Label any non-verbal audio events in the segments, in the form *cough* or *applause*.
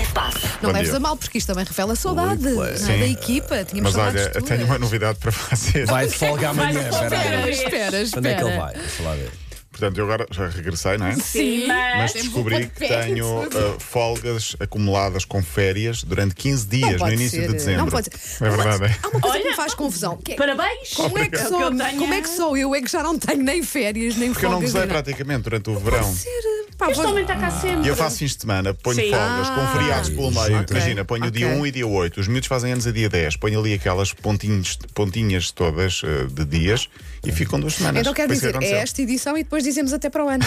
espaço. Bom Não leves dia. a mal, porque isto também revela saudade Ui, não claro. é? Sim. da equipa. Tínhamos Mas saudades olha, eu tuas. tenho uma novidade para vocês. Vai de folga amanhã, espera aí. Espera, espera, espera. Quando é que ele vai? Deixa lá ver. Portanto, eu agora já regressei, não é? Sim, Mas um mas. descobri que tenho ah, folgas acumuladas com férias durante 15 Não dias, no pode início ser. eh, de dezembro. Não pode ser. É verdade. Há uma coisa que me Olha, faz confusão. Que é, Parabéns! como, é que Obrigado. sou, Que eu tenha- como é que sou eu? É que já não tenho nem férias, nem Porque eu não folgas. gozei nem nada. praticamente durante o verão. Ser, pá, Este vou- homem está cá sempre. E eu faço fins de semana, ponho Sim. folgas Ah, com feriados pelo meio. ok, Imagina, ponho dia ok. 1 e dia 8. Os miúdos fazem anos a dia 10. Ponho ali aquelas pontinhos- pontinhas todas eh, de dias e ficam duas semanas. Então quero Foi isso que dizer, é aconteceu. esta edição e depois dizemos até para o ano.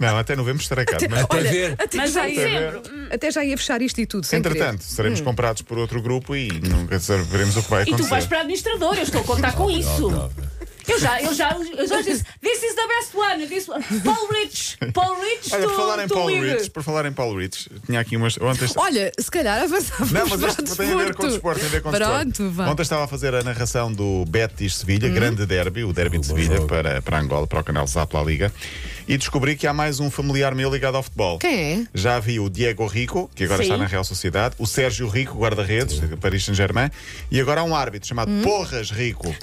Não, até novembro estará cá. mas- Até ver. até, Mas é já em ia, dezembro, até já ia fechar isto e tudo. sem querer. Hum. Entretanto, seremos comprados por outro grupo e nunca saberemos o que vai E tu acontecer. vais para a administradora, eu estou a contar com isso. Eu já, eu já, eu já disse, this is the best one, this one. Paul Rich, Paul Rich, Olha, tu, por falar em tu Paulo liga. Rich, por falar em Paulo Rich, tinha aqui umas. Ontem Olha, se calhar avançávamos Não, mas para o isto tem a ver com o desporto. desporto, tem a ver com o Pronto, desporto. vá. Hum. Ontem estava a fazer a narração do Betis Sevilha, grande derby, o derby de Sevilha para, para Angola, para o canal Zap La Liga, e descobri que há mais um familiar meu ligado ao futebol. Quem é? Já havia o Diego Rico, que agora Sim. está na Real Sociedade, o Sérgio Rico, guarda-redes, de Paris Saint-Germain, e agora há um árbitro chamado Hum. Porras Rico.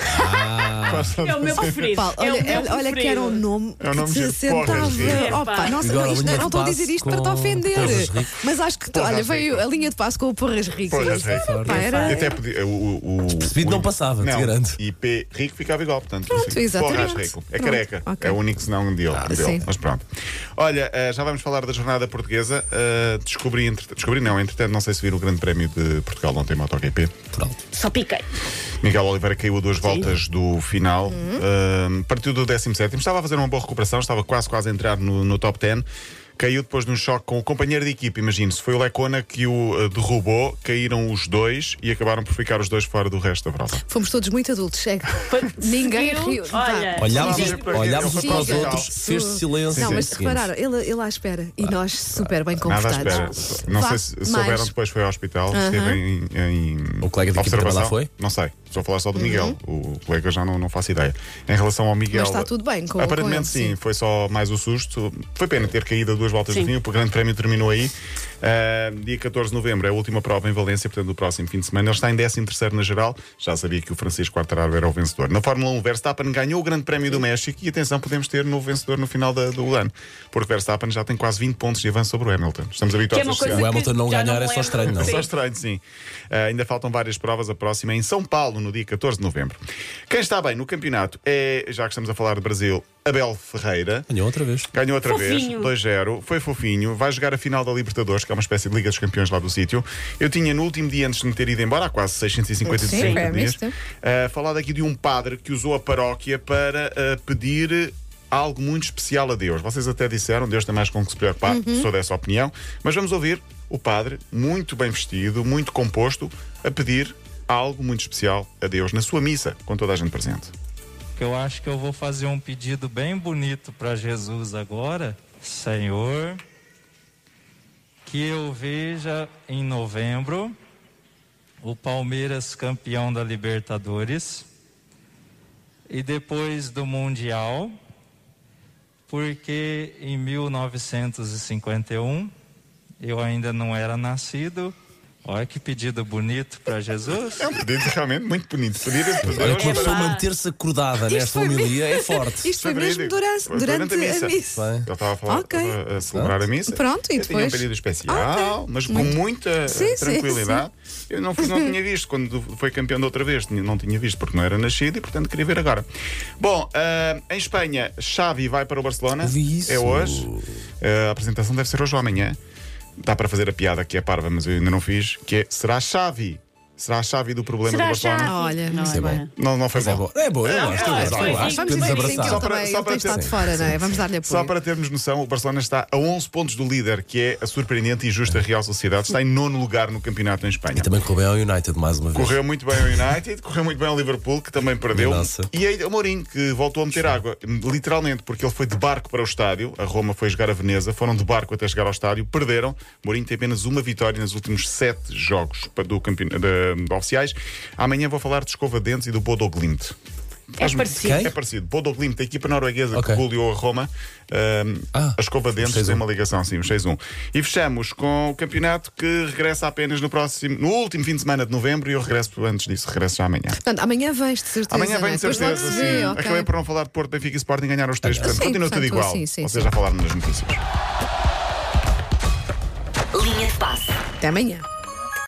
É o meu preferido. Paulo, é olha, o meu olha, olha que era preferido. um nome É um nome que se giro. Porras, assentava. giro. Opa, nossa, Igual não, a isto, linha de não estou a dizer passe isto para te com Porras ofender. Rico. Mas acho que, tu- Porras olha, veio Rico. a linha de passe com o Porras Rico. Porras Isso. Rico. Pá, era- E é, até podia- o, o, o- Despercebido o- não passava, te não, garanto. E P rico ficava igual, portanto. Pronto, assim, exatamente. Porras rico. É Pronto, careca. ok. É o único senão dele. dele, sim. Mas pronto. Olha, eh, já vamos falar da jornada portuguesa. Eh, descobri, entre- descobri não, entretanto, não sei se viram o Grande Prémio de Portugal ontem, MotoGP. Pronto. Só piquei. Miguel Oliveira caiu a duas voltas do final, Uhum. Ahm, partiu do 17. Estava a fazer uma boa recuperação, estava quase, quase a entrar no, no top 10. Caiu depois de um choque com o companheiro de equipe, imagine-se. Foi o Lecona que o ah, derrubou, caíram os dois e acabaram por ficar os dois fora do resto da prova. Fomos todos muito adultos, chega. Foi- Ninguém Seguiu, riu. Vá. Olha, Olhámos, Sim, sim. olhámos uns para os Sim, sim. outros, Su- fez-se silêncio. Não, e mas se seguimos. repararam, ele, ele à espera. E nós super bem Nada à comportados. espera. Não Vá, sei se mais. souberam, depois foi ao hospital, esteve em, em O colega de equipe observação. também lá foi? Não sei, estou a falar só do Miguel. O colega já não, não faço ideia. Em relação ao Miguel. Uhum. Mas está tudo bem com- Aparentemente com ele, sim, sim. foi só mais o susto. Foi pena ter caído a duas voltas do Sim. fim, o grande prémio terminou aí. Ah, dia 14 de novembro é a última prova em Valência, portanto, do próximo fim de semana. Ele está em 13 na geral. Já sabia que o Francisco Quartararo era o vencedor. Na Fórmula 1, Verstappen ganhou o Grande Prémio do México e atenção, podemos ter novo vencedor no final da- do ano, porque Verstappen já tem quase 20 pontos de avanço sobre o Hamilton. Estamos que é habituados a uma chegar. coisa O Hamilton que não já ganhar é só lembro. estranho, não. É só Sim. estranho, sim. Ah, ainda faltam várias provas. A próxima é em São Paulo, no dia 14 de novembro. Quem está bem no campeonato é, já que estamos a falar de Brasil, Abel Ferreira. Ganhou outra vez. Ganhou outra vez, Fofinho. 2-0, foi fofinho, vai jogar a final da Libertadores, que é uma espécie de Liga dos Campeões lá do sítio. Eu tinha no último dia antes de me ter ido embora, há quase 655 Sim, é dias, isto. ah, falado aqui de um padre que usou a paróquia para ah, pedir algo muito especial a Deus. Vocês até disseram, Deus tem mais com o que se preocupar, Uhum. sou dessa opinião, mas vamos ouvir o padre, muito bem vestido, muito composto, a pedir algo muito especial a Deus na sua missa, com toda a gente presente. que eu acho que eu vou fazer um pedido bem bonito para Jesus agora. Senhor, que eu veja em novembro o Palmeiras campeão da Libertadores e depois do Mundial, porque em 1951 eu ainda não era nascido. Olha que pedido bonito para Jesus. É um pedido realmente muito bonito. Pedir a Deus Olha, que uma para- pessoa manter-se acordada Isto nesta foi mesmo- homilia é forte. Isto foi mesmo verídico. durante, Foi durante a missa. Bem. Eu estava a falar Ok. a, a celebrar a missa. Pronto, e eu tinha um depois? período especial, Ah, ok. mas Muito. com muita Sim, eh, sim, tranquilidade. Eu não, fui- não *laughs* tinha visto quando foi campeão da outra vez, tinha- não tinha visto porque não era nascido e portanto queria ver agora. Bom, ah, em Espanha, Xavi vai para o Barcelona. Vi isso. É hoje. Ah, a apresentação deve ser hoje ou amanhã. Dá para fazer a piada que é parva, mas eu ainda não fiz, que é será Xavi? Será a chave do problema Será do já? Barcelona? Olha, não é bem. Não, não foi Mas é bom. É bom, eu gosto, eu gosto, eu Vamos gosto. Vamos Podemos dizer assim que ele abraçar. Só para- também só ele para tem estado ter- fora, não é? Vamos dar-lhe apoio. Só para termos noção, o Barcelona está a 11 pontos do líder, que é a surpreendente e justa Real Sociedade. Está em nono lugar no campeonato em Espanha. E também correu bem ao United mais uma vez. Correu muito bem ao United, correu muito bem ao Liverpool, que também perdeu. Nossa. E aí o Mourinho, que voltou a meter água, literalmente, porque ele foi de barco para o estádio. A Roma foi jogar a Veneza, foram de barco até chegar ao estádio, perderam. Mourinho tem apenas uma vitória nos últimos sete jogos pa- do campeon- da- de oficiais. Amanhã vou falar de escova de dentes e do Bodo Glint. É Faz-me- parecido. Quem? É parecido. Bodo Glimt, a equipa norueguesa Ok. que goleou a Roma, ahm, Ah, a escova de dentes 6-1. tem uma ligação, sim, os 6-1. E fechamos com o campeonato que regressa apenas no próximo, no último fim de semana de novembro e eu regresso antes disso, regresso já amanhã. Portanto, amanhã vens, de certeza. não Amanhã é? venho de Depois logo certeza, se vê, sim. ok. Acabei por não falar de Porto, Benfica e Sporting ganhar os três, portanto, Sim, continua tudo portanto, igual. sim, sim, Vocês sim. já falaram nas notícias. Linha de passe. Até amanhã.